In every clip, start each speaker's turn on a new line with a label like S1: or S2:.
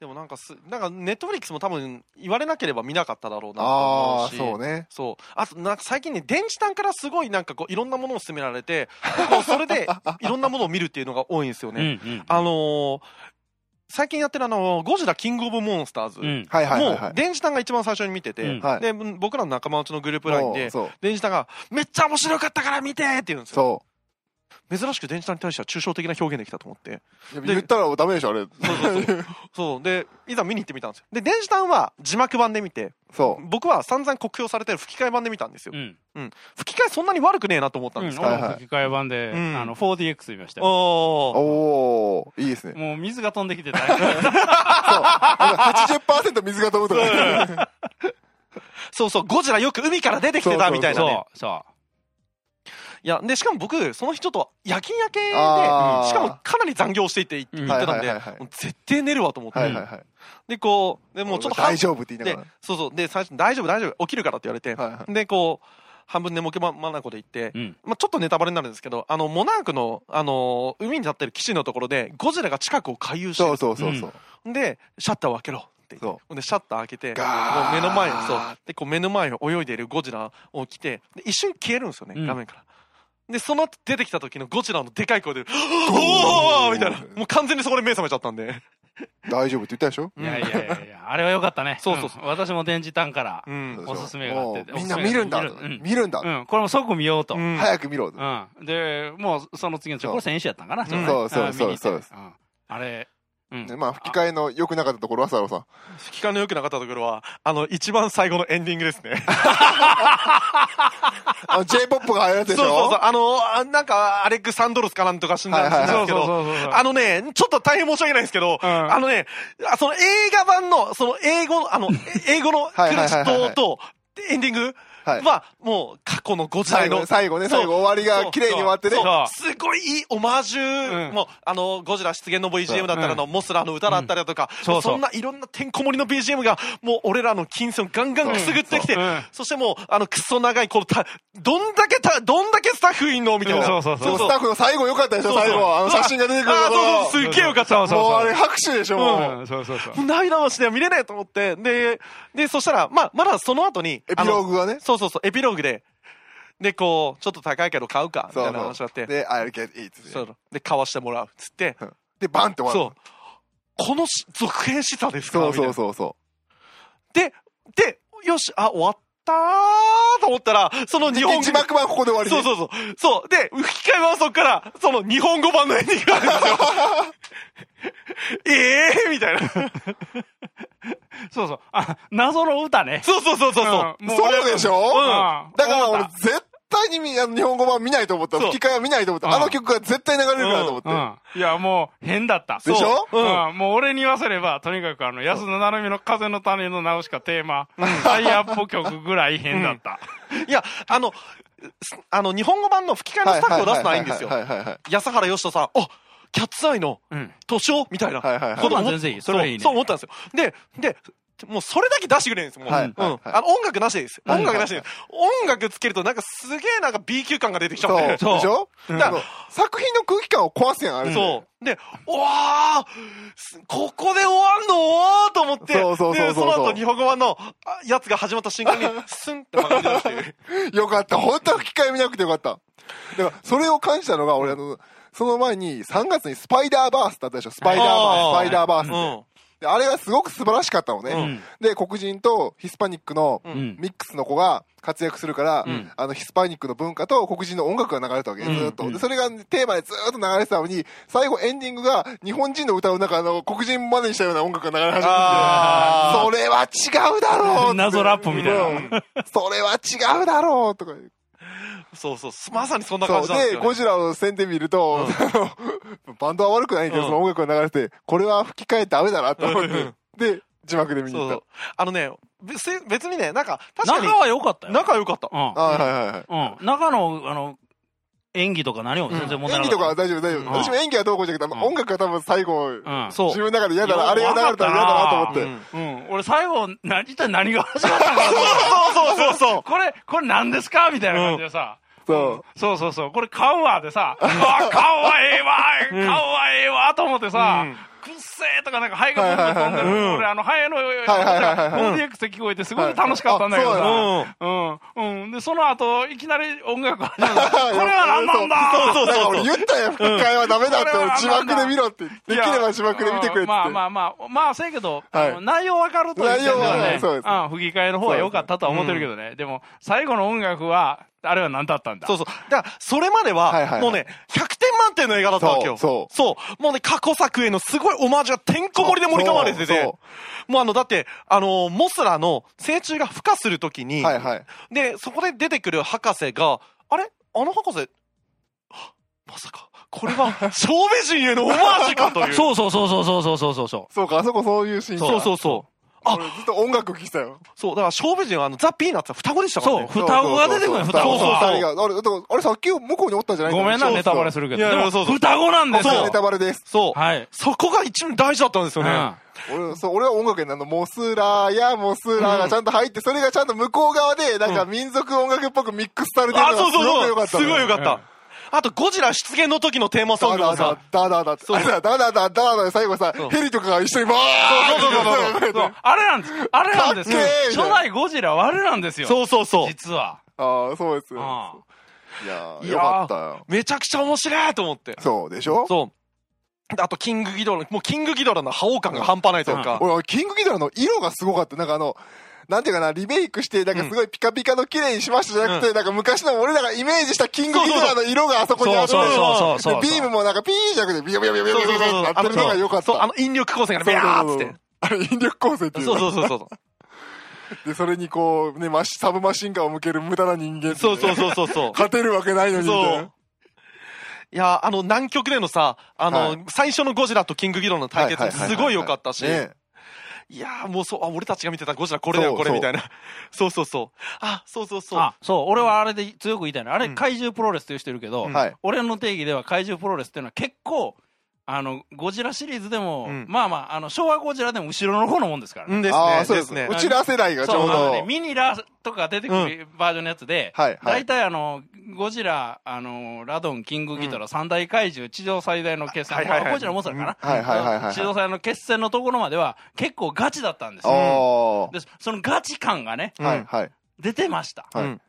S1: でもなんかす、なんかネットフリックスも多分言われなければ見なかっただろうなと思
S2: あ
S1: う
S2: あ
S1: し。
S2: そうね
S1: そう。あと、なんか最近ね、電池単からすごいなんかこう、いろんなものを勧められて、もうそれでいろんなものを見るっていうのが多いんですよ
S3: うんう
S1: ね。
S3: ん
S1: あのー最近やってるあのーゴジラキングオブモンスターズ。
S3: うん
S2: はいはいはい
S1: も
S2: は
S1: う、電池単が一番最初に見てて、
S3: うん
S2: はい
S1: で、僕らの仲間内のグループ
S2: い
S1: ライン
S2: もう
S1: で、
S2: そう
S1: 電池単が、めっちゃ面白かったから見てって言うんですよ。
S2: そ
S1: 珍しく電池単に対しては抽象的な表現できたと思って。
S2: う
S1: で
S2: 言ったらダメでしょあ
S1: そ
S2: れ
S1: うそうそう。そう。で、いざ見に行ってみたんですよ。で、電子版は字幕版で見て、
S2: そ
S1: 僕は散々酷評されてる吹き替え版で見たんですよ
S3: う。ん
S1: 吹き替えそんなに悪くねえなと思ったん
S3: 俺
S1: です
S3: も
S1: け
S2: はいはい
S3: 吹き替え版で、
S1: うん
S3: あの 4DX 見ました
S1: ど。
S3: よ
S2: う
S1: おー。
S2: おおいいですね
S3: もう水が飛んできて大変
S2: 80%水が飛ぶとかね
S1: そうそう、ゴジラよく海から出てきてたみたいなね。
S3: そうそ
S1: いや、で、しかも僕、その日ちょっと夜勤明けで、し
S2: あー
S1: かもかなり残業していて行
S3: うん
S1: ってたん
S2: はいはい
S1: で
S2: はいはい、
S1: もう絶対寝るわと思っ
S2: はい
S1: て。
S2: はいはい
S1: で、こう、でもうちょっと半
S2: 大丈夫って言い
S1: で
S2: ながら、
S1: そうそう、で、最初に大丈夫大丈夫、起きるからって言われて
S2: はいは、
S1: で、こう、半分寝ぼけままなこで行って
S3: う、うん
S1: まあ、ちょっとネタバレになるんですけど、あの、モナークの、あのー海に立ってる基地のところで、ゴジラが近くを回遊して
S2: そ
S1: る
S2: うそうそうそう
S1: で、シャッターを開けろって言って
S2: そ
S1: ほんで、シャッター開けて、こ
S2: ガー
S1: う目の前を、そう。で、こう目の前を泳いでいるゴジラを来て、で一瞬消えるんですよね、
S3: うん
S1: 画面から。で、その後出てきた時のゴジラのでかい声で、おーみたいな。もう完全にそこで目覚めちゃったんで。
S2: 大丈夫って言ったでしょ
S3: いやいやいやいやあれは良かったね
S1: そうそうそ
S3: ん私も電磁単から
S1: うん。
S3: おすすめがあって
S2: もうみんな見るんだ
S3: おすすめうん
S2: 見るんだ
S3: うんこれも即見ようと
S1: うん
S2: 早く見ろ
S3: うん、でもうその次のちょこれ選手やったんかなちょっとね
S2: そうそうそう
S3: あ見に行って
S2: そうです
S3: んあれ、うん
S2: でまあ吹き替えの良くなかったところは佐野さん
S1: 吹き替えの良くなかったところは、あの、一番最後のエンディングですね。
S2: あの J-POP が流行るやつ
S1: そ
S2: で
S1: う
S2: しょ
S1: そうそう。あの、あなんか、アレックサンドロスかなんとか死んだん
S2: はい
S1: で
S3: そ
S1: す
S3: う
S1: け
S3: そう
S1: ど、
S3: そうそう
S1: あのね、ちょっと大変申し訳ないんですけど、
S3: うん
S1: あのね、あその映画版の、その英語 の、あの、え英語のク
S2: はいはい
S1: レ
S2: はい
S1: ジ
S2: はい
S1: ットと、エンディング
S2: はい
S1: は、もう過去の5時代
S2: 最後
S1: の。
S2: 最後ね最後終わりが綺麗に終わってね
S1: そう
S3: そう
S1: すごいいいオマージュ、
S3: うん
S1: もう、あの、ゴジラ出現の BGM だったり、あの、モスラの歌だったりだとか、
S3: そうそう
S1: そんないろんなてんこ盛りの BGM が、もう俺らの金銭をガンガンくすぐってきて、
S3: うんそううん
S1: そしてもう、あの、くそ長い、このた、どんだけた、どんだけスタッフいんのみたいな。
S3: そうそうそう
S2: そうスタッフの最後良かったでし
S1: そ
S2: ょ
S1: うそう
S2: 最後あの写真が出てくる
S1: あ
S2: ところ
S1: そうそうすっげえよかった
S3: そうそう
S2: もう
S3: そう
S2: あれ拍手でしょもう
S3: うんそうそうそう
S1: 涙橋では見れないと思って、で、で、そしたら、まあ、まだその後に、
S2: エピロー
S1: グ。
S2: グがね
S1: そうそうそう、エピローグで、で、こう、ちょっと高いけど買うか、みたいな話があって、
S2: で I'll get it
S1: そうで、買わしてもらう、つって、
S2: でバンって終わ
S1: そ
S2: る
S1: う。このし続編示唆ですか
S2: そうそ
S1: み
S2: う
S1: たい
S2: そうそ
S1: なで、で、よし、あ、終わったーと思ったら、その
S2: う
S1: 日
S2: で
S1: 本
S2: 字幕版ここで終わり
S1: そうそうそう。そう。で、吹き替え版はそっから、その日本語版のエンディングがあるんですよ。ええー、みたいな。
S3: そうそうあ謎の歌ね
S1: そうそうそうそうそう。
S3: んも俺
S2: そうでしょ
S3: うん
S2: だから
S3: 思
S2: 俺
S3: った
S2: 絶対にみあの日本語版見ないと思った
S1: そう
S2: 吹き替えは見ないと思っ
S3: うん
S2: たあの曲が絶対流れるからと思って
S3: うん、いやもう変だった
S2: でしょ
S3: う
S1: うん
S3: もう俺に言わせればとにかくあの安田成美の「風の種の直しかテーマタイアップ曲ぐらい変だった、
S1: いや、あの、すあの、日本語版の吹き替えのスタッフを出すのはいいんですよ
S2: は。いはいはいはい
S1: 安原義人さん、あキャッツアイの、
S3: うん
S1: 年をみたいな。
S2: はいはいはい
S1: こと思っ
S3: まあ全然いいそれはいいね
S1: そうそう思ったんですよ。で、で、もうそれだけ出してくれるんですもう。
S2: はい
S1: うん。
S2: はいはい
S1: あの、音楽なしでいいです。
S2: はい
S1: 音楽なしでいいです。音楽つけるとなんかすげえなんか B 級感が出てきちゃっ
S2: そう
S1: て。
S2: でしょ
S1: うん
S2: だから作品の空気感を壊すやんあれ
S1: そう。で、おわーすここで終わんのと思って、
S2: そうそうそうそうそう
S1: で、その後日本語版のあやつが始まった瞬間に、スンって曲がり出 していう。
S2: よかった。本当は吹き替え見なくてよかった。だから、それを感じたのが、俺、あの、その前に、3月にスパイダーバースだったでしょ。スパイダー
S1: あ
S2: バ
S1: ー
S2: ース、スパイダーバー
S1: う
S2: ス
S1: ん。
S2: って。であれがすごく素晴らしかったの
S1: う
S2: ね
S1: ん。
S2: で、黒人とヒスパニックの
S1: うん
S3: うん
S2: ミックスの子が活躍するから
S3: うん、
S2: あの、ヒスパニックの文化と黒人の音楽が流れたわけ、ず
S3: うん
S2: ーっと。
S3: う
S2: で、
S3: ん
S2: それがテーマでずーっと流れてたのに、最後エンディングが日本人の歌をなんか、あの、黒人までにしたような音楽が流れ始めて
S1: あー
S2: それは違うだろうって
S3: 謎ラップみたいな
S2: うんそれは違うだろうとか言って
S1: そうそう。まさにそんな
S2: そ
S1: 感
S2: う
S1: じなんです
S2: で、
S1: よ、ね。
S2: ゴジラの宣伝見ると、あの バンドは悪くないけど、
S1: うん
S2: その音楽が流れて、これは吹き替えダメだなと思っ
S1: うん
S2: て、で、字幕で見に
S1: そ
S2: 行
S1: う
S2: っ
S1: そ
S2: た
S1: う。あのね、別別にね、なんか、確かに
S3: 中は良かったよ
S1: 仲良かった。
S3: うん。
S2: あはいはいはい。
S3: うん、中のあの演技とか何も全然問題
S2: 演技
S3: なか
S2: とか
S3: った、
S2: は大丈夫、大丈
S3: うん
S2: 夫。私も演技はどうこうじゃなくて、
S3: うん
S2: 音楽が多分最後、
S3: うん
S1: そう
S2: 自分の中で嫌だな、あれが流れたら嫌だなと思って。
S1: うん
S3: うん、俺最後な一体何が始まったのかなと思 って
S1: そうそうそうそう。
S3: これこれ何ですかみたいな感じでさ、
S2: そう。
S3: そうそうそうこれ買うわでさ「うわ買うわええわ買うわええわ」と思ってさ、
S4: くっせーとか、なんか、ハエが飛んでる飛んでる。
S1: うん
S4: 俺、あの、ハエの、音
S2: はいはいはいはい
S4: が DX で聞こえて、すごく楽しかったんだけど
S2: はいあそうなん
S4: さ。
S1: うん。
S4: うん。うん。で、その後、いきなり音楽が始まる。これは何なんだ
S1: そうそう
S2: だから
S1: そう
S2: 俺言ったよ、深海はダメだって、俺字幕で見ろって。できれば字幕で見てくれって。
S4: まあまあまあ、まあ、せやけど、
S2: はい
S4: あの内容わかるという点では
S2: 内容
S4: ね
S2: は、そうです
S4: ん吹き替えの方が良かったとは思ってるけどね。でも、最後の音楽は、あれは何だったんだ
S1: そうそう。だから、それまで
S2: はいは
S1: は、
S2: い
S1: もうね、100点満点の映画だったわけよ。
S2: そう
S1: そうもうね、過去作へのすごいオマージュがてんこ盛りで盛り込まれて
S2: そう
S1: て
S2: そ、
S1: もうあの、だって、あのー、モスラの成虫が孵化するときに、
S2: はいはい。
S1: で、そこで出てくる博士が、あれあの博士、はまさか、これは、 小美人へのオマージュかという。う
S3: そうそうそうそうそうそうそうそうそ
S2: そうか、あそこそういうシーン
S1: そうそうそう。あ
S2: 俺ずっと音楽聴いてたよ。
S1: そう、だから、小美人はあの、ザ・ピーナッツは双子でしたから
S3: そう
S1: ね。
S3: 双子が出てくる
S2: そうそうそ
S3: よ
S2: う
S1: 双子
S2: 双子が。あれ、だからあれさっき向こうにおったんじゃない
S4: ごめんな、ネタバレ
S2: す
S4: するけ
S1: いや
S4: ど。でも、
S1: そうそう
S4: 双子なんです
S1: そ
S2: る。
S1: う
S2: ネ
S4: よ。
S2: タバレです。
S1: そう。
S3: はい。
S1: そこが一番大事だったんですよね。
S2: 俺そう俺は音楽になるのモスラーやモスラーがちゃんと入って、それがちゃんと向こう側でなんか民族音楽っぽくミックスされてる
S1: あ、
S2: のが
S1: そう
S2: すごく
S1: そ
S2: 良か
S1: う
S2: った
S1: そう。
S2: の
S1: すごいよかった。あと、ゴジラ出現の時のテーマソングもさ、
S2: ダダダダダ
S1: そう
S2: あれだダダダダダダで最後さヘリとかが一緒にバー
S1: そうそうそう
S2: そう
S4: そうあれなんです。あれなんです
S2: かっけーみた
S4: 初
S2: いな
S4: 代ゴジラはあれなんですよ。
S1: そうそうそう。
S4: 実は。
S2: ああそうです
S4: う
S2: よ
S4: ん
S2: いやー
S1: いやー
S2: よかったよ
S1: めちゃくちゃ面白いと思って。
S2: そうでしょ
S1: そう。であと、キングギドラ、もうキングギドラの覇王感が半端ないというか。
S2: 俺キングギドラの色がすごかったなんかあのなんていうかなリメイクしてなんかすごいピカピカの綺麗にしましたじゃなくて、なんか昔の俺らがイメージしたキングギドラの色があそこにあって
S3: そうそうそうそうそうそう
S2: でビームもなんかピーじゃなくてビヨビヨビヨビヨ
S1: そう
S2: ビヨ
S1: そうそ
S2: ビヨっ
S1: う
S2: て。なってるのが良かった
S1: そう、あの引力光線がビャーっつって。
S2: あれ引力構成っていう
S1: そうそうそうそう。
S2: でそれにこうねマシサブマシンガンを向ける無駄な人間ってね
S1: そうそうそうそうそう。
S2: 勝てるわけないのにみたい
S1: そ
S2: な
S1: う。いや、あの、南極でのさ、あの、
S2: はい
S1: 最初のゴジラとキングギドラの
S2: は
S1: 対決、すごい良かったし、
S2: はいはいはいはいね
S1: いやーもうそう、あ、俺たちが見てたゴジラこれだよ、
S2: そう
S1: これみたいな。そうそうそう。あ、そうそうそう。
S3: あ、そう、俺はあれで強く言いたいの。あれ、
S1: うん
S3: 怪獣プロレスっていう人いるけど、
S1: うん
S2: はい
S3: 俺の定義では怪獣プロレスっていうのは結構、あの、ゴジラシリーズでも、
S1: うん
S3: まあまあ、あの、昭和ゴジラでも後ろの方のもんですからね。
S1: んです
S2: あ
S1: ね
S2: あ。そう
S1: で
S2: ですす
S1: ね
S2: ね。う。ちら世代がちょう
S3: そう、あのね、
S2: ど
S3: ミニラとか出てくるバージョンのやつで、
S2: はいは
S3: 大
S2: い
S3: 体あの、ゴジラ、あの、ラドン、キングギドラ、三大怪獣、地上最大の決戦、
S1: はいはいはい
S3: まあゴジラもそうだかな、
S2: はいはいはいはい
S3: 地上最大の決戦のところまでは結構ガチだったんです
S2: あ
S3: よ。
S2: あは
S3: でそのガチ感がね、
S1: うん
S2: いはい
S3: 出てました。
S2: はい
S1: うん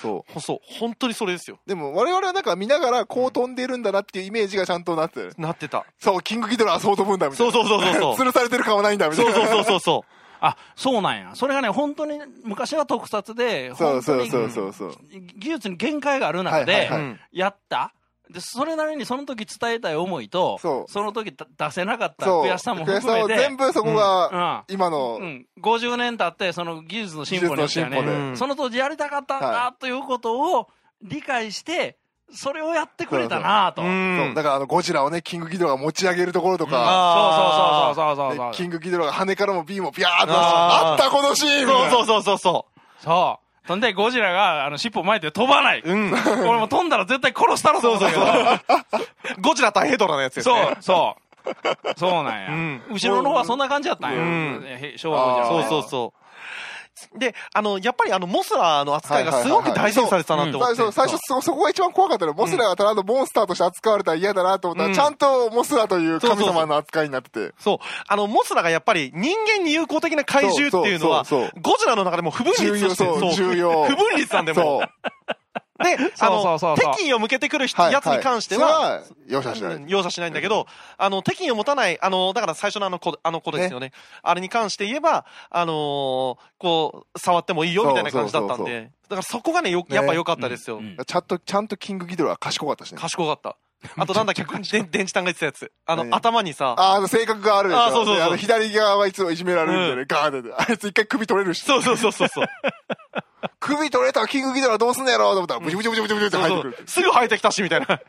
S2: そ
S1: ほそう、本当にそれですよ。
S2: うでも我々はなんか見ながらこう飛んでるんだなっていうイメージがちゃんとなってる
S1: なってた。
S2: そうキングギドラはそう飛ぶんだみたい
S1: そう
S2: な
S1: そうそうそうそう。
S2: 吊るされてる感はないん だみたい
S1: そう
S2: な
S1: そうそうそうそ。
S3: あ、そうなんや。それがね、本当に昔は特撮で、
S2: そ
S3: 本
S2: うそ
S3: 当
S2: う
S3: に
S2: そうそうそう
S3: 技術に限界がある中
S2: は
S3: で
S2: いう
S1: う
S2: は、い
S1: ん
S3: やった。で、それなりにその時伝えたい思いと、そ
S2: そう
S3: の時だ出せなかった
S2: そう
S3: 悔しさも
S2: 悔
S3: 含
S2: しさ
S3: め
S2: を
S3: て、
S2: 全部そこ
S3: う
S2: が
S3: ん。
S2: 今の
S3: うん、50年経って、その技術の進歩によっては
S2: 技術の進歩
S1: で
S3: ね、その当時やりたかったん
S2: は
S3: だということを理解して、それをやってくれたなと。
S1: う
S3: そうそう
S2: そうんだ。からあのゴジラをねキングギドラが持ち上げるところとか
S1: あー
S3: そうそうそうそう
S2: で
S3: そ
S2: キ
S3: う。
S2: ングギドラが羽からもビームをビャーッと出して
S1: あー
S2: あったこのシーンみたいな
S1: そうそうそうそうそ
S3: そう。そんで、ゴジラが、あの、尻尾巻いて飛ばない。
S1: う。うん。
S3: 俺も飛んだら絶対殺したろと思ったけど。
S1: ゴジラ対ヘドラのやつです
S3: そ
S1: ね。
S3: う、そう。そうなんや。
S1: うん
S3: 後ろの方はそんな感じだったんや。
S1: うん
S3: へ昭和ゴジラは
S1: そ
S3: ね
S1: うそうそう。で、あの、やっぱりあの、モスラーの扱いがすごく大事にされてたなって思っ
S2: 最
S1: て。
S2: 初、最初そ、そこが一番怖かったのよ。モスラがただのモンスターとして扱われたら嫌だなと思ったら、
S1: うん
S2: ちゃんとモスラという神
S1: そうそうそ
S2: 様
S1: う
S2: の扱いになってて。
S1: そう。あの、モスラがやっぱり人間に友好的な怪獣っていうのは、
S2: そうそうそう
S1: ゴジラの中でも不分
S2: 重
S1: 率
S2: 要、
S1: として、
S2: そう、
S1: そう
S2: 重要。
S1: 不分率なんでも。
S2: そう
S1: で、あの、
S3: そうそうそうそう
S1: 敵意を向けてくる人
S2: う。
S1: やつに関しては、
S2: それ容赦し
S1: う
S2: ない
S1: ん。容赦しないんだけど、あの、敵意を持たない、あの、だから最初のあの子、あの子ですよね。あれに関して言えば、あのーこう、触ってもいいよみたいな感じだったん
S2: そうそうそう
S1: で、だからそこがね、よ、
S2: ね
S1: やっぱ良かったですよ。
S3: うんうん
S2: ちゃんと、ちゃんとキングギドラは賢かったしね。
S1: 賢か った。あとなんだっけ、で電池タンが言ってたやつ。あの、
S2: ね
S1: 頭にさ、
S2: ああの、性格があるでしょ。
S1: あそうそうそう
S2: であの、左側はいつもいじめられるみたいな、ガーンって。あいつ一回首取れるし。
S1: そうそうそうそうそう。
S2: 首取れたらキングギドラどうすんのやろうと思ったら、ブチブチブチブチブチって
S1: そうそ
S2: 入ってく
S1: う
S2: る。
S1: すぐ生えてきたし、みたい な。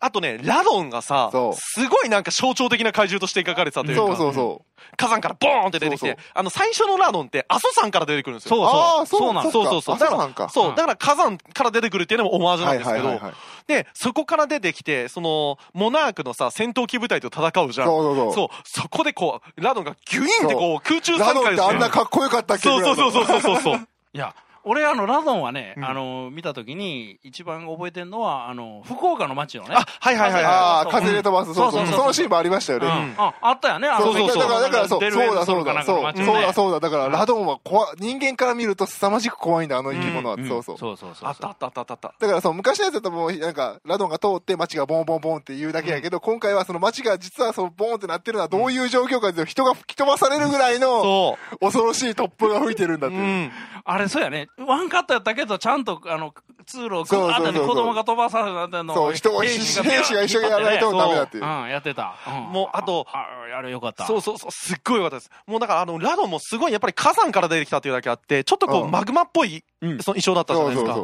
S1: あとね、ラドンがさ
S2: そ、う
S1: すごいなんか象徴的な怪獣として描かれてたというか、
S2: そうそうそう。
S1: 火山からボーンって出てきて、
S2: そうそう
S1: あの、最初のラドンって阿蘇山から出てくるんですよ。
S3: そう
S2: ああ、
S3: そ
S2: そううな
S3: な
S2: んん
S3: です
S1: そうそうそう。だ
S2: 阿蘇
S1: か
S2: 山
S1: ら、
S2: か
S1: そうう、
S3: ん
S1: だから火山から出てくるっていうのもオマージュなんですけど、
S2: い。
S1: で、そこから出てきて、その、モナークのさ、戦闘機部隊と戦うじゃん。
S2: そうそうそう
S1: そう、そこでこう、ラドンがギュインってこう、空中
S2: ラ
S1: 参
S2: ドン
S1: 加
S2: っ
S1: で
S2: て
S1: す
S2: あ
S1: ね
S2: んなかっこよかったっけ
S1: そうそうそう
S2: う。
S1: そうそうそうそう。
S3: いや、俺、あの、ラドンはね、
S1: うん
S3: あの、見たときに、一番覚えてるのは、あの、福岡の街をね。
S1: あ、はいはいはいは
S2: ああ、
S3: そう
S2: 風で飛ばす。そう
S3: そ
S2: そうう。
S3: そうそう
S2: そのシーンもありましたよ
S3: うん
S2: ね。
S3: あ、あったよね、あの
S2: そうそうそう。だから、だから、そう、
S4: デル
S2: そう
S4: ウェ
S2: だ、
S4: ブソ
S2: そ
S4: ル
S2: う
S4: かなん
S2: だ、
S4: かの
S2: そう、
S4: 街
S2: そう
S4: ね
S2: だ、そうだ。だから、ラドンは怖い、人間から見ると凄まじく怖いんだ、あの生き物は。
S3: うんうん
S2: そうそう。
S3: そうそうそ
S1: い。
S3: う。
S1: あったあったあったあった。
S2: だからそう昔のやつだともうなんかラドンが通って街がボンボンボンって言うだけやけど、今回はその街が実はそのボンってなってるのはどういう状況かですよ人が吹き飛ばされるぐらいの
S1: そ
S2: 恐ろしい突風が吹いてるんだっ
S1: う。
S2: て
S1: う
S2: いう、
S1: ん。
S3: あれ、そうやね。ワンカットやったけど、ちゃんと、あの、通路をく
S2: そうそうそう
S3: あったね、子供が飛ばされたってのを
S2: そう人を
S3: 兵
S2: 兵
S3: 士
S2: 士
S3: が
S2: が一緒にやらないとダメだっていう
S3: う
S2: うん
S3: ん、やってた。うん
S1: もうあと
S3: あああれよかった。
S1: そうそうそう、すっごい良かったです。もうだから、あの、ラドンもすごい、やっぱり火山から出てきたっていうだけあって、ちょっとこ
S2: う
S1: う、
S2: ん
S1: マグマっぽい、その衣装だったじゃ
S2: そ
S1: な
S2: う
S1: いです
S2: そう
S1: か。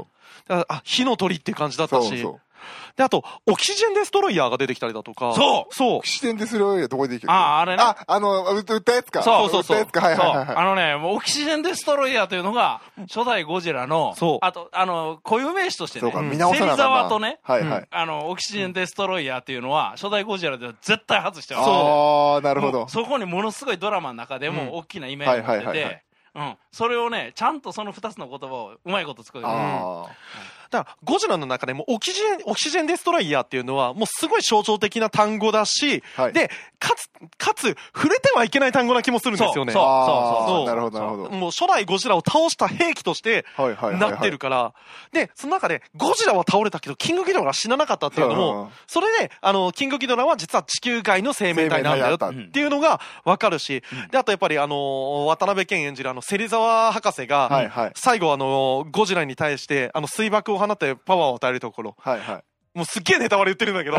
S2: そ
S1: だからあ、火の鳥って感じだっ
S2: うそ
S1: た
S2: う
S1: し。
S2: そう
S1: で、あと、オキシジェンデストロイヤーが出てきたりだとか。
S3: そう
S1: そう。
S2: 視点でするよりはどこでいいけど
S3: ああ、あれね。
S2: ああのう売ったやつか
S3: そうそう
S1: そう
S2: 売ったやつかはいはいはい
S3: そう
S2: はい
S3: あのね、もうオキシジェンデストロイヤーというのが、初代ゴジラの、
S1: そう
S3: あと、あの、固有名詞として
S2: そうか、
S3: ね、
S2: 見直さなあかっ
S3: 芹沢
S2: た
S3: とね
S2: はいはい、
S3: あの、オキシジェンデストロイヤーっていうのは、初代ゴジラでは絶対外してます
S2: ああなるほど
S3: そこにものすごいドラマの中で
S1: うん
S3: も大きなイメージを持っ
S2: はい
S3: て
S2: はいはいは
S3: て、うん。それをね、ちゃんとその二つの言葉をうまいこと作る。
S2: あ
S1: だから、ゴジラの中でも、オキシジェン、オキシジェンデストロイヤーっていうのは、もうすごい象徴的な単語だし、
S2: あ、はい、
S1: で、かつ、かつ、触れてはいけない単語な気もするんですよね。
S3: そう
S1: そ
S2: あー
S1: うそう
S2: なるほどなるほど
S1: もう初代ゴジラを倒した兵器として
S2: はいはいはいはい
S1: なってるから、で、その中でゴジラは倒れたけど、キングギドラが死ななかったっていうの
S2: うんうんう
S1: も
S2: ん、
S1: それで、あの、キングギドラは実は地球外の生命体なんだよ
S2: 生命体だった
S1: っていうのがわかるし、で、あとやっぱりあの、渡辺謙演じるあの、芹沢博士が、
S2: はいはい
S1: 最後あの、ゴジラに対して、あの、水爆を放ってパワーを与えるところ、
S2: はいはい
S1: もうすっげえネタバレ言ってるんだ けど、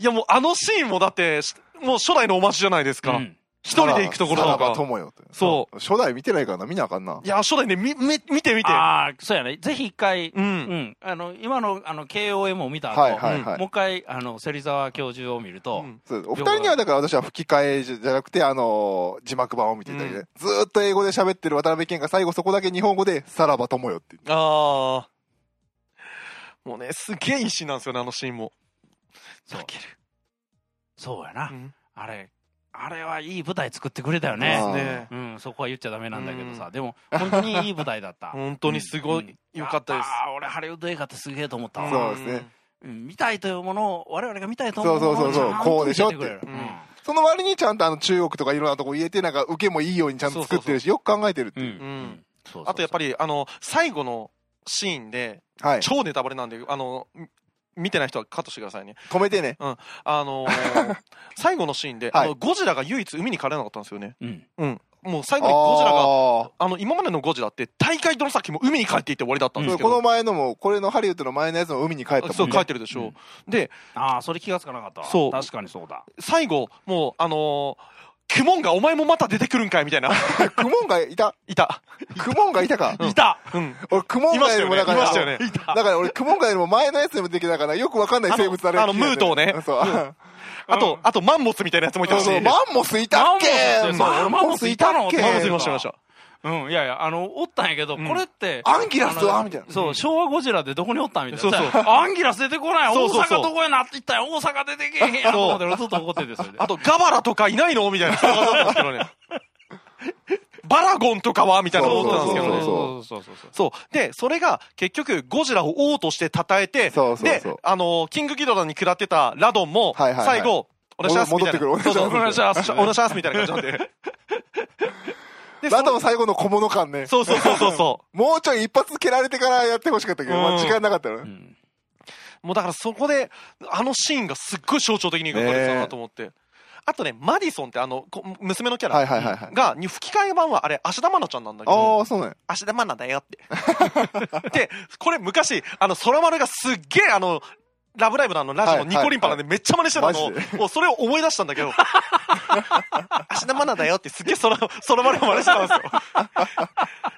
S1: いやもうあのシーンもだって、しもう初代のお待ちじゃないです
S3: う
S1: か。
S3: ん
S1: 一人で行くところ
S2: さ
S1: と
S2: らば
S1: か。
S2: 友よって
S1: そう
S2: 初代見てないからな見なあかんない
S1: や、初代ね、み、み、見て見て。
S3: ああ、そうやね。ぜひ一回、
S1: う。
S3: うんん。あの、今の、あの、KOM を見た後、
S2: はいはいはい、
S3: もう一回、あの、芹沢教授を見ると、
S1: うん
S2: そうお二人にはだから私は吹き替えじゃなくて、あのー字幕版を見ていただいて、
S1: うん
S2: ずーっと英語で喋ってる渡辺謙が最後そこだけ日本語で、さらば友よっていう。
S1: ああ。もうね、すげえいいシーンなんですよね、あのシーンも。
S3: そう
S1: 泣ける。
S3: そうやな、
S1: うん
S3: あれ、あれはいい舞台作ってくれたよ
S1: で
S3: ね
S1: す。
S2: あ
S1: ね。
S3: うん、そこは言っちゃダメなんだけどさ、
S1: う
S3: でも、本当にいい舞台だった。
S1: 本当にすごい良かったです。
S3: ああ、俺、ハリウッド映画ってすげえと思ったわ。
S2: そうですね
S3: うん見たいというものを、我々が見たいと思うものを
S2: そうそうそうそう
S3: ちゃんと
S2: こうでしょ
S3: 見せてくれる
S1: って
S3: うん
S2: その割にちゃんとあの中国とかいろんなとこ入れて、なんか受けもいいようにちゃんと作ってるし、よく考えてるって
S3: う
S2: い
S3: ん
S2: う。
S1: うん
S3: うんそうそうそう
S1: あとやっぱり、あの、最後のシーンで、
S2: はい。
S1: 超ネタバレなんで、あの、み見てない人はカットしてくださいね。
S2: 止めてね。
S1: あのー最後のシーンで、
S2: はい
S1: あの、ゴジラが唯一海に帰れなかったんですよね。
S3: うん
S1: うん。もう最
S2: あ
S1: 後にゴジラが、
S2: ー
S1: あの、今までのゴジラって、大会どの先も海に帰っていって終わりだったんで
S2: そ
S1: す
S2: う
S1: けど。
S2: この前のも、これのハリウッドの前のやつも海に帰ったもんね。
S1: そう、帰ってるでしょ。で、
S3: ああ、それ気がつかなかったわ。
S1: そう
S3: 確かにそうだ。
S1: 最後、もう、あのー、クモンがお前もまた出てくるんかいみたいな、
S2: クモンがいた。
S1: いた。
S2: クモンがいたか。
S1: うん
S3: いた
S1: うん。
S2: 俺、クモンガよりもだか
S1: いま
S2: ら、
S1: したよね
S3: いた
S2: だから俺、クモンガよりも前のやつでもできたから、よくわかんない生物だね。
S1: あのあのムートをね
S2: そう。
S1: あと、あと、マンモスみたいなやつもい
S2: そ
S1: たし。
S2: うそう、マンモスいたっけ
S3: マンモスそう俺マンモスいたの
S1: マンモ
S3: っ
S1: ス
S3: て
S1: いました、いました。
S3: うん、いやいや、あの、おったんやけど、
S1: うん
S3: これって、
S2: アンギラスはみたいな。
S3: そう、昭和ゴジラでどこにおったんみたいな。
S1: そうそう
S3: さアンギラス出てこない。
S1: そうそう
S3: 大
S1: そう
S3: 阪どこへなっていったんや大阪出てけえへんやん。と思って俺ずっと怒ってて、それで。
S1: あと、ガバラとかいないのみたいな人がったんですけど ね。バラゴンとかはみたいな思ってたんですけど
S2: そう
S1: ね。
S3: そうそうそうそ
S1: そ
S3: う。
S1: う。で、それが結局、ゴジラを王として称えて、
S2: そうそうそう
S1: で、あのーキングギドラに食らってたラドンも、
S2: はいはいはい
S1: 最後、お願いしますみたいな。
S2: 戻ってくる
S1: そうそう
S2: お願いします
S1: お願いしますみたいな感じなん で。で
S2: ラドン最後の小物感ね。
S1: そうそうそうそうそう。
S2: もうちょい一発蹴られてからやってほしかったけど、ま
S1: うん
S2: あ時間なかったの
S3: う
S2: ね。
S3: ん
S1: もうだからそこで、あのシーンがすっごい象徴的に描かれてたなと思って。あとね、マディソンってあの、こ娘のキャ
S2: はい
S1: ラ
S2: はいはいはい。
S1: が、に吹き替え版はあれ、芦田愛菜ちゃんなんだけど、
S2: ああ、そうね。
S1: 芦田愛菜だよって。 で、これ昔、あの、空丸がすっげえあの、ラブライブのあのラジオのニコリンパなんでめっちゃ真似してたの
S2: マジ
S1: を、それを思い出したんだけど、 芦田愛菜だよってすっげえ空、空丸が真似してたんです よ。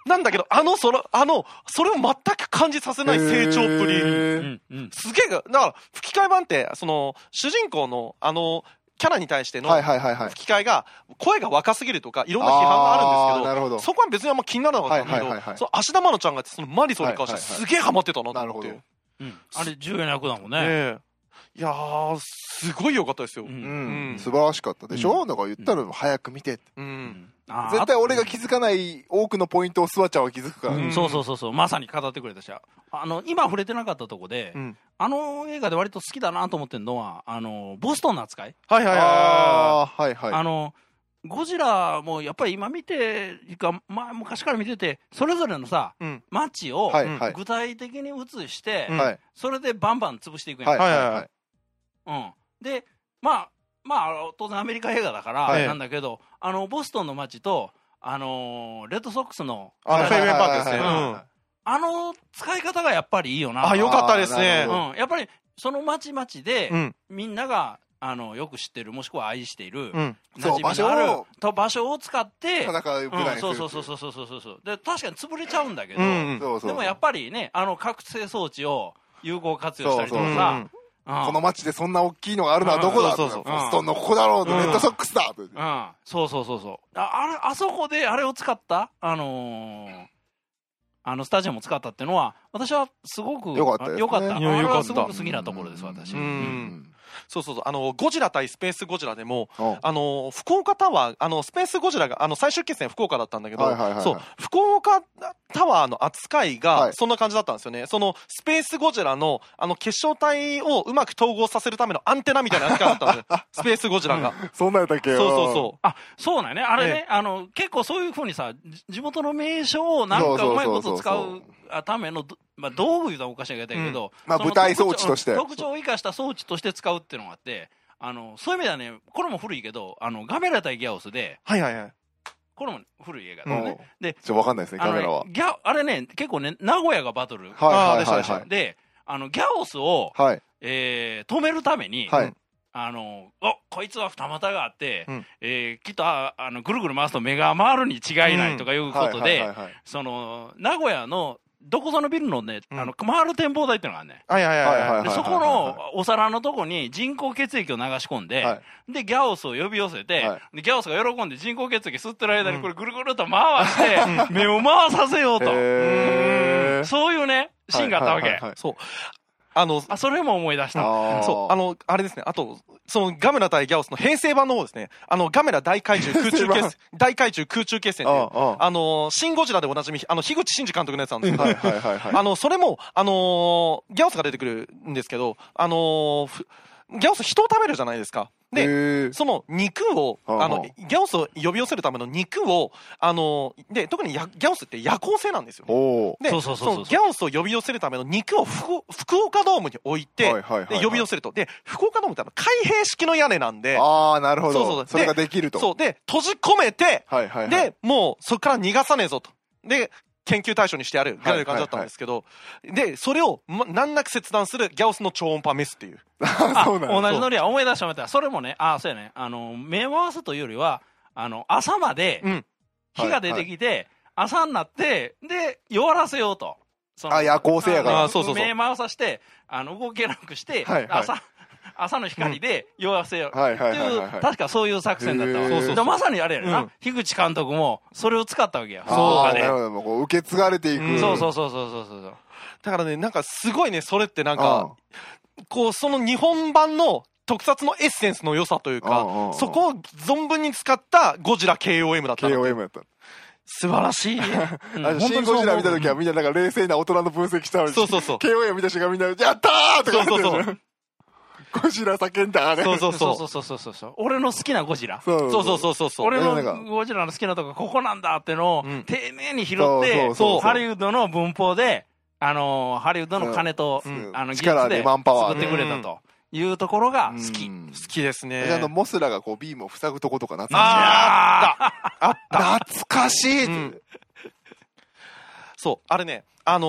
S1: なんだけど、あの空、あの、それを全く感じさせない成長っぷり。
S3: う
S2: り。
S3: ん。うん。
S1: すげえが、だから、吹き替え版って、その、主人公の、あの、キャラに対しての
S2: はいはいはいはい。
S1: 吹き替えが、声が若すぎるとか、いろんな批判があるんですけ
S2: あーなるほ
S1: ど、
S2: ど
S1: そこは別にあんま気にならなかったんだけ
S2: はいはいはいは
S1: ど、
S2: い
S1: その芦田愛菜ちゃんが、そのマリソンに関して
S2: はいはいはい
S1: すげえハマってたなと
S2: なる
S1: 思っ
S2: ほ
S1: て。
S2: ど。
S3: うんあれ、重要な役だもんね。
S1: ええいやー、すごい良かったですよ。
S3: う
S1: うん。
S2: うんん
S1: うん
S2: 素晴らしかったでしょだから言ったら早く見てって。
S1: うん
S3: あー
S2: 絶対俺が気づかない多くのポイントをスワちゃんは気づくから、
S3: うんそうそうそうそうまさに語ってくれたしあの今触れてなかったとこで、
S1: うん
S3: あの映画で割と好きだなと思ってるのはあのボストンの扱い、
S1: はいはいは
S2: ああはいはい
S3: あのゴジラもやっぱり今見ていうか、まあ、昔から見ててそれぞれのさ、
S1: うん
S3: 街を
S2: はいはい
S3: 具体的に映して、
S1: うん
S2: はい
S3: それでバンバン潰していくやん、
S2: はいはい
S1: はい
S2: は
S1: はいい
S3: うん、でまあまああの当然アメリカ映画だから
S1: はい
S3: なんだけど、あのボストンの街とあのーレッドソックスの
S1: い。あの、フェイウェイパークですね。う
S2: はいはいはいはい
S1: ん。
S3: あの使い方がやっぱりいいよな
S1: あ、よかったです
S2: あーな
S1: ね
S2: るほ。ど
S3: うん、やっぱりその町々で、
S1: うん
S3: みんながあのよく知ってるもしくは愛している、
S1: うん。
S3: 馴染みのあ
S2: そう場
S3: る
S2: 所を
S3: と場所を使って、
S2: 戦う舞台
S3: うん、
S2: に
S3: そう
S2: す
S3: そ
S2: る
S3: うそうそうそうそうそうで確かに潰れちゃうんだけど、
S1: うん。
S2: そうそう
S3: でもやっぱりねあの覚醒装置を有効活用したりと
S1: う
S3: か
S1: ん
S3: さ、うん
S2: この街でそんな大きいのがあるのはどこ
S1: う
S2: だ
S1: ん
S2: と
S1: そうそう
S3: そう
S2: ボストンのここだろうと
S1: うん
S2: レッドソックスだと
S3: うん、そうそうそうそうああれあそこであれを使ったあのーあのスタジアムを使ったっていうのは私はすごく
S2: よかったですね
S3: あよかったあ
S1: いや
S3: れ
S1: よか
S3: は
S1: った
S3: すごく好きなところです私、
S1: うんそうそうそう。あの、ゴジラ対スペースゴジラでも、
S2: うん
S1: あの、福岡タワー、あの、スペースゴジラが、あの、最終決戦福岡だったんだけど
S2: はいはいはいはい、
S1: そう、福岡タワーの扱い
S2: はい
S1: が、そんな感じだったんですよね。その、スペースゴジラの、あの、結晶体をうまく統合させるためのアンテナみたいな扱いだったん ですよ。スペースゴジラが。
S2: そんなんやったっけ
S1: そう
S2: よ
S1: そうそ
S3: あそうなんやねあれね、
S1: え
S3: あの結構そういうふうにさじ地元の名所をなん
S2: そう
S3: か
S2: そうそうう
S3: まい
S2: そう
S3: こと使うあためのど、まあ、道具言うたらおかしいけど、
S2: まあ
S3: その
S2: 舞台装置として
S3: 特徴うん特徴を生かした装置として使うっていうのがあってあのそういう意味ではねこれも古いけどあのガメラ対ギャオスで
S1: う。はいはいはい。
S3: これも古い映画
S2: う
S3: だ
S2: ん
S3: よね、で
S2: ちょっとわかんないですね
S3: あ
S2: カ
S3: のね
S2: メラは
S3: ギャあれね、結構ね、名古屋がバトル。
S2: はいはい
S1: あー
S2: はい
S1: でした
S2: は
S1: で
S2: い
S3: で、あの、ギャオスを、
S2: はい
S3: えー止めるために、
S2: はい
S3: あの、おこいつは二股があって、
S1: うん
S3: えーきっとあ、あの、ぐるぐる回すと目が回るに違いないとかいうこと
S2: はいはい
S3: で、
S2: はいはい
S3: その、名古屋の、どこぞのビルのね、
S1: うん
S3: あの、回る展望台っていうのがあるね。
S1: はいはいはい
S2: はいは
S1: はいい。
S3: でそこのお皿のとこに人工血液を流し込んで、
S2: は
S3: で、ギャオスを呼び寄せて、
S2: は
S3: でギャオスが喜んで人工血液吸ってる間に
S1: うん
S3: これぐるぐるっと回して、目を回させようと。
S2: へー
S3: そういうね、シーンがあったわ
S2: はい
S3: け
S2: はいはい。はい
S1: そう。あの、
S3: あ、それも思い出した。
S2: あー
S1: そう、あの、あれですね。あと、そのガメラ対ギャオスの平成版の方ですね。あの、ガメラ大怪獣空中
S2: 平成
S1: 決
S2: 版
S1: 戦、大怪獣空中決戦っていう、
S2: ああ
S1: あのー、シンゴジラでおなじみ、あの、樋口真嗣監督のやつなんですけど、
S2: はいはいはいはい
S1: あの、それも、あのーギャオスが出てくるんですけど、あのーふギャオス人を食べるじゃないですか。
S2: へ
S1: で、
S2: ー
S1: その肉を、
S2: はあはあ
S1: あの、ギャオスを呼び寄せるための肉を、あのーで、特にやギャオスって夜行性なんですよ。
S2: おお
S1: で、
S3: そうそうそうそう
S1: のギャオスを呼び寄せるための肉を福福岡ドームに置いて、
S2: はいはいはいはい
S1: で呼び寄せると。で、福岡ドームってあの開閉式の屋根なんで、
S2: ああなるほ
S1: そうそうそ
S2: ど
S1: う
S2: それができると
S1: そう、で、閉じ込めて、
S2: はいはいはい
S1: で、もうそこから逃がさねえぞと。で、研究対象にしてやるぐらいの感じだったんですけど、で、それを、ま、難なく切断するギャオスの超音波メスっていう。
S3: あ
S2: そうなんや
S3: 同じノリは思い出した思い出した。それもね、あ、そうやね。あの、目回すというよりは、あの、朝まで
S1: うん
S3: 火が出てきて、朝になって、で、弱らせようと。その
S2: あ夜行性やから
S3: あ
S1: あそうそうそう
S3: 目回さして、あの、動けなくして、
S2: はいはい
S3: 朝、朝の光で弱らせよう。
S2: はいはい
S3: って
S2: はい
S3: い
S2: は
S3: う
S2: い、はい
S3: 確かそういう作戦だっ
S2: へ
S3: たわ。
S2: ー
S3: そうそうそうまさにあれやな、
S1: うん
S3: 樋口監督もそれを使ったわけや。
S1: そう
S2: あ
S1: だ
S2: あ
S1: ね
S2: なるほどもうこう受け継がれてい
S1: うん
S2: く
S3: そうそうそうそうそうそうそう。
S1: だからね、なんかすごいね、それってなん
S2: あ
S1: か、こう、その日本版の特撮のエッセンスの良さという
S2: うんうんう
S1: か
S2: ん、
S1: そこを存分に使ったゴジラ KOM だっ
S2: あ
S1: たな
S2: KOM やった
S1: 素晴らしい。
S3: うん
S2: あのシン・ゴジラ見た時はみんななんか冷静な大人の分析したのに
S1: そうそうそう
S2: KOM 見た瞬間みんな「やったー!」とか
S1: そうそう
S2: 言ってるゴジラ叫んだあれ
S1: そうそう
S3: そ
S1: そう
S3: そうそうそうそうそう。俺の好きなゴジラ。
S2: そう
S1: そうそう
S2: う
S1: そうそうそう。
S3: 俺
S2: いやなん
S3: の
S2: か
S3: ゴジラの好きなとこここなんだってのを
S1: うん
S3: 丁寧に拾
S2: そう
S3: っ
S2: そう
S3: て、
S2: そう
S3: ハリウッドの文法で、あのーハリウッドの金と、
S2: うん
S3: あの技
S2: 力
S3: 術
S2: で
S3: で
S2: マンパワー
S3: 作っ
S2: で
S3: てくれたというところが好
S2: う
S3: き。
S2: ん
S1: 好きですね
S2: で。あのモスラがこうビームを塞ぐとことか懐か
S3: ああ
S2: しい懐かしい、
S1: うんそう、あれね、あのー、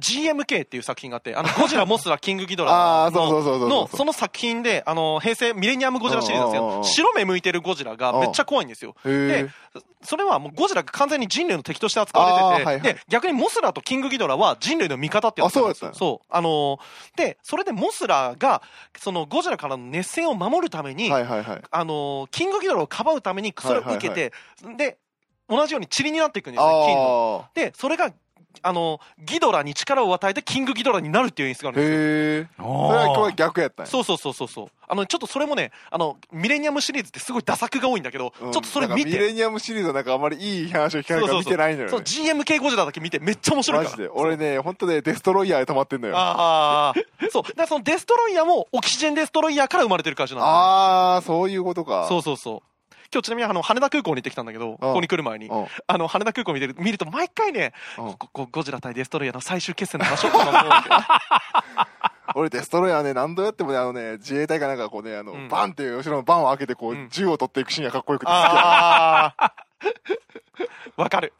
S1: GMK っていう作品があって、あの、ゴジラ、モスラ、キングギド
S2: あ
S1: ラ
S2: あそうそうそうそ
S1: の、
S2: うそう
S1: の、その作品で、あのー、平成ミレニアムゴジラシリーズなんです
S2: うんうんうんう
S1: よ
S2: ん。
S1: 白目向いてるゴジラがめっちゃ怖いんですよ。
S2: へ
S1: で
S2: え、
S1: それはもうゴジラが完全に人類の敵として扱われてて、
S2: あーはいはい
S1: で、逆にモスラとキングギドラは人類の味方ってやつなんですよ
S2: あ
S1: そう。あのーで、それでモスラが、そのゴジラからの熱戦を守るために、
S2: はいはいはい
S1: あのーキングギドラをかばうためにそれを受けて、で同じように塵になっていくんですよ
S2: あ
S1: 金の
S2: あ
S1: でそれがあの、ギドラに力を与えてキングギドラになるっていう演出があるんですよ。
S2: へえ それは今日は逆やったんや
S1: そうそうそうそうそう。あの、ちょっとそれもね、あの、ミレニアムシリーズってすごい打作が多いんだけど、ち
S2: う
S1: ょ
S2: ん
S1: っとそれ
S2: なんか
S1: 見
S2: ミ
S1: て、
S2: レニアムシリーズはなんかあんまりいい話を聞かないから見てないのよ
S1: そう、
S2: ね
S1: GMK ゴジラだけ見てめっちゃ面白い
S2: マ
S1: から。
S2: ジで俺ね本当ねデストロイヤーで止まってんのよあ
S1: ああ。そう。だからそのデストロイヤーもオキシジェンデストロイヤーから生まれてる感じなんだよね、
S2: あーそういうことか
S1: そうそうそう。今日ちなみにあの羽田空港に行ってきたんだけど、ここに来る前に。
S2: うん
S1: あの羽田空港見てる見ると毎回ね、
S2: うん
S1: こここゴジラ対デストロイヤーの最終決戦の場所とか
S2: 俺デストロイヤーね何度やってもねあのね自衛隊がなんかこうねあの、
S1: うん
S2: バンって後ろのバンを開けてこう、
S1: うん
S2: 銃を取っていくシーンがかっこよくて
S1: も。
S2: 好きや
S1: ああ。わかる。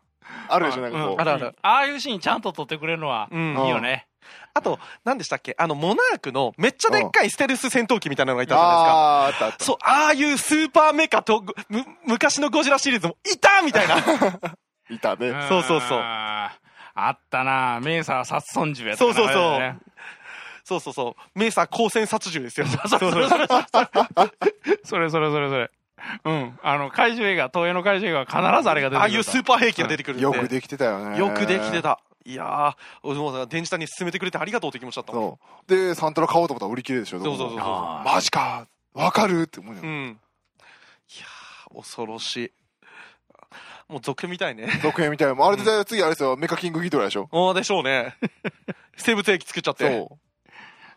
S2: あるでしょなんかこう、
S4: うん
S1: あるある。
S3: ああいうシーンちゃんと撮ってくれるのは
S1: う
S3: い
S1: ん
S3: い。よね。
S1: あと、何でしたっけあの、モナークのめっちゃでっかいステルス戦闘機みたいなのがいたじゃないですか。
S2: あーあったあった
S1: そう、ああいうスーパーメカと、む、昔のゴジラシリーズも、いたみたい な。
S2: いたね、
S1: そうそうそう
S4: あーあったなメーサー殺損獣やった
S1: そう
S4: な
S1: そう
S4: あれ
S1: そ
S4: ね
S1: う。そうそうそう。メーサー光線殺獣ですよ。 そうそう
S4: それそれそれそれ。うん。あの、怪獣映画、東映の怪獣映画は必ずあれが出てくる。
S1: ああいうスーパー兵器が出てくるんで。
S2: よくできてたよね
S1: よくできてた。いやー、お父さん、電磁隊に進めてくれてありがとうって気持ちだったもん。
S2: そうでサントラ買おうと思ったら売り切れでしょどこも
S1: そうそうそう
S3: あ
S2: マジかわかるって思うよ、
S1: うん。いやー、恐ろしい。もう続編みたいね。
S2: 続編みたいなのもあれで次あれですよメカキングギドラでしょ
S1: ああ、でしょう ね。生物兵器作っちゃって。
S2: そう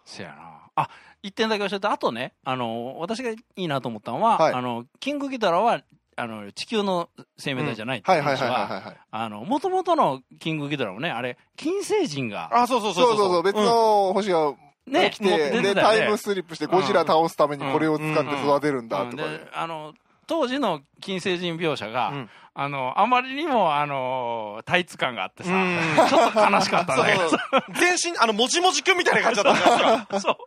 S3: せやな。あ、一点だけ教えて、あとね、あの、私がいいなと思ったのは、
S2: はい
S3: あの、キングギドラは、あの、地球の生命体じゃないって
S2: はいいうはいはい
S3: 話
S2: はい
S3: は、
S2: はい
S3: あの、元々のキングギドラもね、あれ、金星人が、
S1: ああ、そうそう
S2: そ
S1: そうう
S2: そうそう別の星が
S3: ね、
S2: 来て、
S3: もう出て
S2: で
S3: た
S2: タ
S3: よ
S2: イム
S3: ね。
S2: スリップしてゴジラ倒すためにこれを使って育てるんだ
S4: うん
S2: と
S3: うん
S2: かね、
S3: で、あの、当時の金星人描写が、
S1: うん
S4: あの、あまりにも、あの、タイツ感があってさ、
S1: うん
S4: ちょっと悲しかったね。
S1: そう全身、あの、もじもじくんみたいな感じだったじゃない ですか。
S4: そう。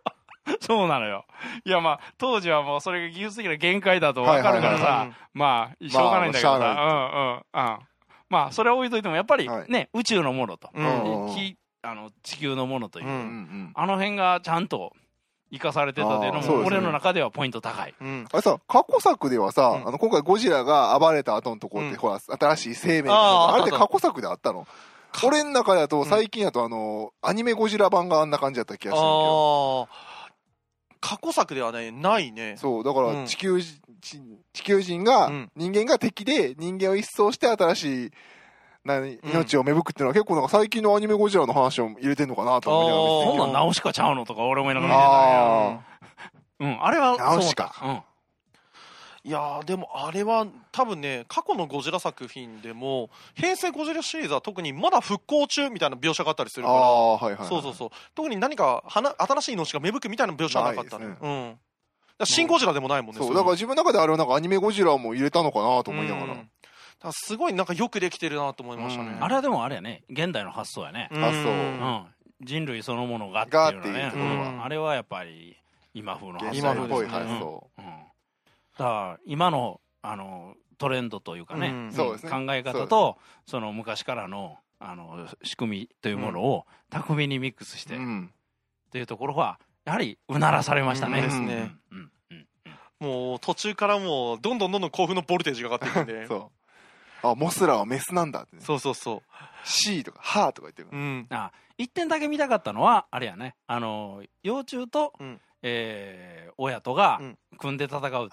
S4: そうなのよ。いや、まあ、当時はもうそれが技術的な限界だとわかるからさ、
S1: はいはいはい
S4: まあ、しょうがないんだけどさ、
S2: まあし
S4: うんうんうん。まあ、それは置いといても、やっぱり
S2: はい
S3: ね、宇宙のものと、
S1: うん
S3: きあの地球のものという、
S1: うん
S2: うんうん
S3: あの辺がちゃんと生かされてたというの
S2: あーそう
S3: も、
S2: ですね
S3: 俺の中ではポイント高い。
S1: うん。
S2: あれさ、過去作ではさ、
S1: うん
S2: あの今回ゴジラが暴れた後のところって、
S1: うん
S2: ほら、新しい生命が
S1: あー
S2: あれって
S1: あったあ
S2: 過去作であったの俺の中だと、最近だと、あの、アニメゴジラ版があんな感じだった気がするんだけど。
S1: ああ過去作ではねないね
S2: そう、だか
S1: う
S2: ら
S1: ん
S2: 地球人、地地球人が、
S1: うん
S2: 人間が敵で、人間を一掃して新しい、何、命を芽吹くっていうのは結構なんか最近のアニメゴジラの話を入れてんのかなと思
S1: あー
S2: い
S3: そん
S2: ながら見て
S3: なん直しかちゃうのとか俺思いなが
S2: た。
S3: ら見て
S2: あ
S3: たようん、あれはそう思った
S2: ナウシカ
S3: うん
S1: いやーでもあれは多分ね過去のゴジラ作品でも平成ゴジラシリーズは特にまだ復興中みたいな描写があったりす
S2: ー
S1: るか
S2: あー、はいはいは
S1: ら
S2: い。
S1: そうそうそう特に何か花新しい命が芽吹くみたいな描写はなかったね
S2: ないです
S1: うんだから新ゴジラでもないもんね
S2: そう、
S1: れ
S2: だから自分の中であれはなんかアニメゴジラも入れたのかなと思いなが
S1: うん
S2: ら
S1: だ。からすごいなんかよくできてるなと思いましたね
S2: うん
S3: あれはでもあれやね、現代の発想やね。
S1: うん
S2: あそう
S3: うんん、人類そのものがっていうのは
S2: が
S3: ね
S2: っ
S1: いうと
S2: て
S1: ころは
S3: うんあれはやっぱり今風の
S2: 現
S3: 発想
S2: 代
S3: です
S2: っ
S3: ね
S2: ぽい発想。
S3: うんうんだから今のあのトレンドというかね、
S1: うん
S2: そうですね
S3: 考え
S2: そうで
S3: 方
S2: すね
S3: とその昔からのあの仕組みというものを巧みにミックスして、
S2: うん
S3: というところはやはりうならされましたね。
S1: うんです
S3: うん
S1: ね
S3: うんうん
S1: もう途中からもうどんどんどんどん興奮のボルテージが 上がっていくんで
S2: そう。あ、モスラはメスなんだってね。
S1: そうそうそ
S2: C とか、ハーとか言ってる
S1: ううん
S3: あ一点だけ見たかったのはあれやねあの幼虫と、
S1: うん
S3: えー親とが
S1: うん
S3: 組んで戦うっていう、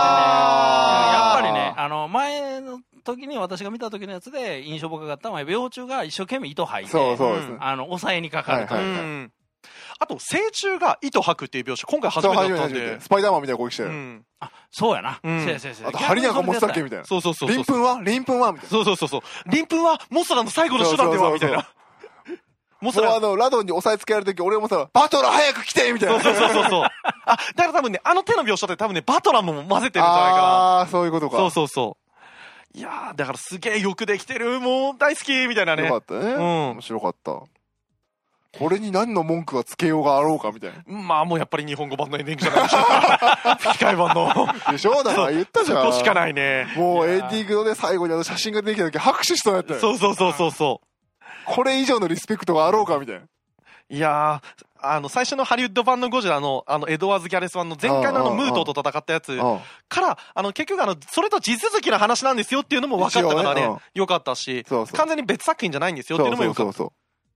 S3: やっ
S1: あ
S3: ぱ
S1: ー
S3: りね、あの、前の時に、私が見た時のやつで印象深かったのは、幼虫が一生懸命糸吐いて、
S2: そうそうですね。
S3: あの、抑えにかかると。
S2: はい
S1: うんあと成虫が糸吐くっていう描写今回初
S2: そう
S1: めて
S2: 初
S1: だっ
S2: め
S1: てたん
S2: 初め
S1: で
S2: て。スパイダーマンみたいな攻撃して
S1: う
S2: る。
S1: ん
S3: そうやな。
S1: うん
S3: せやせやせや
S2: あと、ハリなんかモスだっけみ
S3: 逆に
S2: たいな。
S1: そうそうそうそ
S2: リ
S1: う
S2: ンプンはリンプンはみたいな。
S1: そうそうそうそうリンプンはモスラの最後の手段では
S2: そう
S1: み
S2: そ
S1: た
S2: うそうそう
S1: いなモス
S2: もうあ
S1: ラ
S2: の、ラドンに押さえつけられた時、俺もさ、バトラー早く来てみたい
S1: そう
S2: な。
S1: そうそうそうそうあだから多分ねあの手の描写って多分ねバトラムも混ぜてるんじゃないか
S2: あー、そういうこと
S1: な
S2: か。
S1: そうそうそういやーだからすげえよくできてるもう大好きみたいなね
S2: よかったね。
S1: うん
S2: 面白かった。これに何の文句はつけようがあろうかみたい
S1: まあもうやっぱり日本語版のエンディングじゃないでしょう か吹き替え版の
S2: な。でしょだから言ったじ
S1: そ
S2: ゃん。
S1: こしかないね
S2: もう
S3: い
S2: エン
S3: や
S2: デ
S3: ー
S2: ィングのね、最後にあの写真が出てきた時拍手したやったよ。
S1: そうそうそうそうそう
S2: これ以上のリスペクトがあろうかみたいな。
S1: いやー、あの、最初のハリウッド版のゴジラの、あの、エドワーズ・ギャレス版の前回のあ
S2: う
S1: の、
S2: んうん
S1: ム
S2: うん
S1: ートと戦ったやつ
S2: うん
S1: から、あの、結局あの、それと地続きの話なんですよっていうのも分かったから
S2: 一
S1: ね
S2: 応ね、
S1: 良かったし、
S2: そうそう
S1: 完全に別作品じゃないんですよっていうのも
S2: そ
S1: よ
S2: う
S1: か
S2: そ
S1: っ
S2: うそう
S1: た。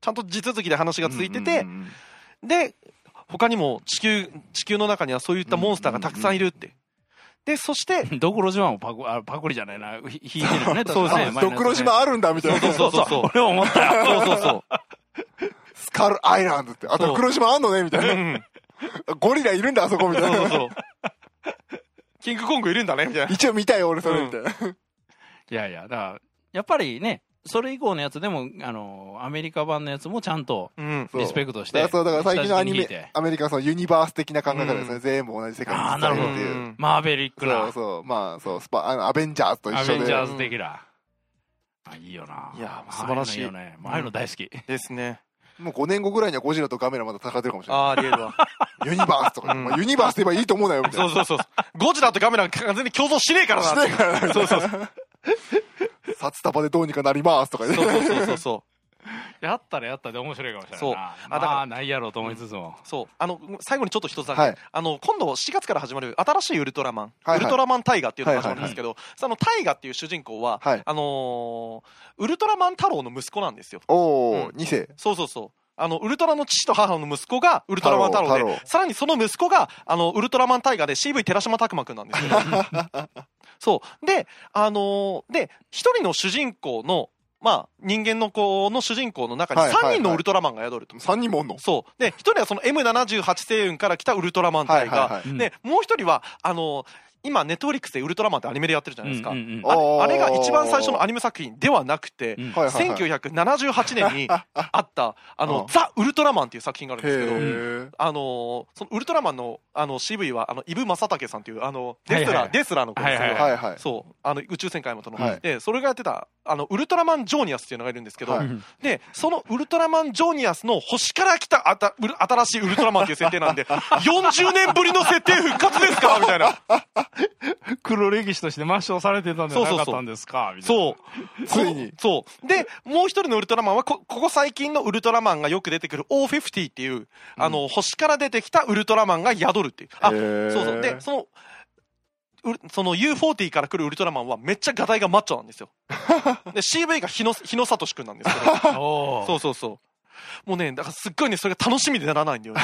S1: ちゃんと地続きで話がついてて
S2: うんう、んうん
S1: で、他にも地球、地球の中にはそういったモンスターがたくさんいるって。で、そして、
S3: ドクロ島もパクあパクリじゃないな、ひ引いてるよね、
S1: そうですね
S3: 確かに前のやつ
S2: ドクロ島あるんだみたいな
S1: そうそうそうそう
S3: 俺も思っ たよ。
S1: そうそうそう。
S2: スカルアイランドってあ
S1: そ
S2: と
S1: う
S2: 黒島あんのねみ た
S1: う
S2: いなんゴリラいるんだあそこみた
S1: そうそ
S2: いうな
S1: そう。キングコングいるんだねみたいな。
S2: 一応見たよ俺それみたいない
S3: やいや、だから、やっぱりね、それ以降のやつでも、あの、アメリカ版のやつもちゃんと
S1: うん。
S2: そう
S3: リスペクトし
S2: だか
S3: て。
S2: らそうだから最近のアニ
S3: 下敷きに引い
S2: メ
S3: て
S2: アメリカのそのユニバース的な考え方です
S1: う
S2: ね全部同じ世界に
S3: あーなるほど
S2: っていう
S3: マーベリッ
S2: そ
S3: ク
S2: う
S3: な、
S2: そうまあそうスパあのアベンジャーズと一
S4: ア
S2: 緒
S4: ベンジャ
S2: で
S4: ーズ的な。
S3: あいいよな。
S1: いやー素晴らしい
S3: ああうのよね。まあああいうの大好き。
S1: ですね。
S2: もう5年後ぐらいにはゴジラとガメラまだ戦ってるかもしれない
S1: ああ、リエルだ。
S2: ユニバースとか
S1: うん
S2: まあユニバースって言えばいいと思うなよみたい
S1: そ
S2: な
S1: うそうそう。ゴジラとガメラが完全に共存しねえからな
S2: し
S1: って
S2: ないからな
S1: そうそうそ
S2: 札束でどうにかなりますとかね
S1: そうそうそうそうそう。
S4: やったらやったで面白いかもしれないな。
S1: そう
S4: あ
S1: だから
S4: まあ、ないやろうと思いつつも。
S1: そう。あの、最後にちょっと一つだけ。
S2: はい
S1: あの、今度7月から始まる新しいウルトラマン。
S2: はいはい
S1: ウルトラマンタイガっていうのが始まるんですけど、そのタイガっていう主人公は、
S2: はい
S1: あのーウルトラマン太郎の息子なんですよ。
S2: おお
S1: うん
S2: 2世
S1: そうそうそう。あの、ウルトラの父と母の息子がウルトラマン太郎で、
S2: 太郎太郎
S1: さらにその息子が、あの、ウルトラマンタイガーで CV 寺島拓磨くんなんですけ ど。そう。で、あのーで、一人の主人公の、まあ、人間の子の主人公の中に
S2: はいはいはい
S1: 3人のウルトラマンが宿ると。
S2: 3人もおんの
S1: そう。で、一人はその M78 星雲から来たウルトラマン
S2: は
S1: タ
S2: い
S1: イ
S2: はい
S1: ガー。
S2: はい
S3: うん
S1: で、もう一人は、あのー今、ネットフリックスでウルトラマンってアニメでやってるじゃないですか。
S3: うんうんうん
S1: あれ
S2: おー
S1: あれが一番最初のアニメ作品ではなくて、
S3: うん
S2: はいはいはい
S1: 1978年にあった、あの、
S2: うん
S1: ザ・ウルトラマンっていう作品があるんですけど、
S2: へえ
S1: あのーそのウルトラマンのあの CV は、あの、イブ・マサタケさんっていう、あの、デス
S4: はい
S1: ラ
S4: は
S1: ー、
S4: い
S1: デスラーの子ですけ
S4: はい
S1: ど、
S2: はいはい
S1: そう、あの、宇宙戦艦ヤマトの。
S2: はい
S1: で、それがやってた、あの、ウルトラマン・ジョーニアスっていうのがいるんですけど、
S2: はい
S1: で、そのウルトラマン・ジョーニアスの星から来たあたウル新しいウルトラマンっていう設定 なんで、40年ぶりの設定復活ですかみたいな。
S4: 黒歴史として抹消されてたんじゃなかったんですかみたいな。
S1: そう。
S2: ついに
S1: そう。で、もう一人のウルトラマンはこ、ここ最近のウルトラマンがよく出てくる O50 っていう、あの、星から出てきたウルトラマンが宿るっていう。あ、
S2: へ
S1: そう
S2: ー
S1: そう。で、その、ウルその U40 から来るウルトラマンはめっちゃガタイがマッチョなんですよ。 で、CV が日野、日野聡くんなんですけ ど。
S4: おー
S1: そうそうそう。もうね、だからすっごいね、それが楽しみでならないんだよね。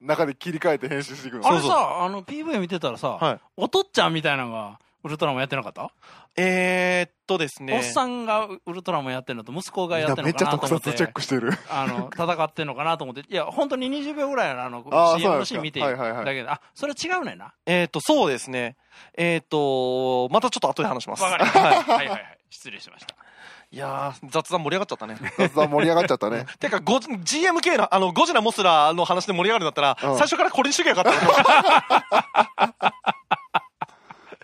S2: 中で切り替えて編集していくの
S3: あ
S1: そう
S3: れさ、あの、PV 見てたら
S1: はい
S3: さ、おとっちゃんみたいなのが、ウルトラマンやってなかった
S1: えーっとですね。
S3: おっさんがウルトラマンやってるのと息子が
S2: みん
S3: や
S2: な
S3: ってる
S2: めっ
S3: の
S2: ち
S3: か
S2: ゃ
S3: なと
S2: 特
S3: 思っ
S2: 撮
S3: て
S2: チェックしてる
S3: あの戦ってんのかなと思っていや本当に20秒ぐらいやなあの
S2: あー
S3: CM のシ
S2: そ
S3: ー
S2: うなんで
S3: ン見
S2: す
S3: て
S2: か
S3: だけど、
S2: はいはいはい
S3: あそれ違うねんな
S1: えーっと、そうですね。えーっと、またちょっと後で話します。
S3: わかりま した、はい、はいはい失礼しました
S1: いやー、雑談盛り上がっちゃったね。
S2: 雑談盛り上がっちゃった ね
S1: てか、ゴ GMK の、あの、ゴジラモスラの話で盛り上がるんだったら、
S2: うん
S1: 最初からこれにしときゃよかったな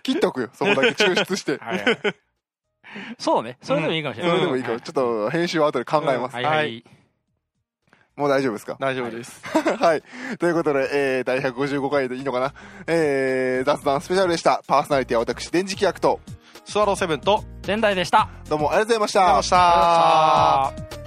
S2: 切っとくよそこだけ抽出して
S4: はいはい
S3: そうねそれでもいいかもしれ
S2: そ
S3: ない、
S2: れでもいいからちょっと編集は後で考えます
S4: はいは。
S1: はい
S2: もう大丈夫ですか
S1: 大丈夫です。
S2: はいということでえー第155回でいいのかなえー雑談スペシャルでしたパーソナリティは私電磁気役と
S1: スワローセブンと、
S3: 仙台でした
S2: どうもありがとうございまし
S1: ありがとうござい
S2: た
S1: ました。
S4: あー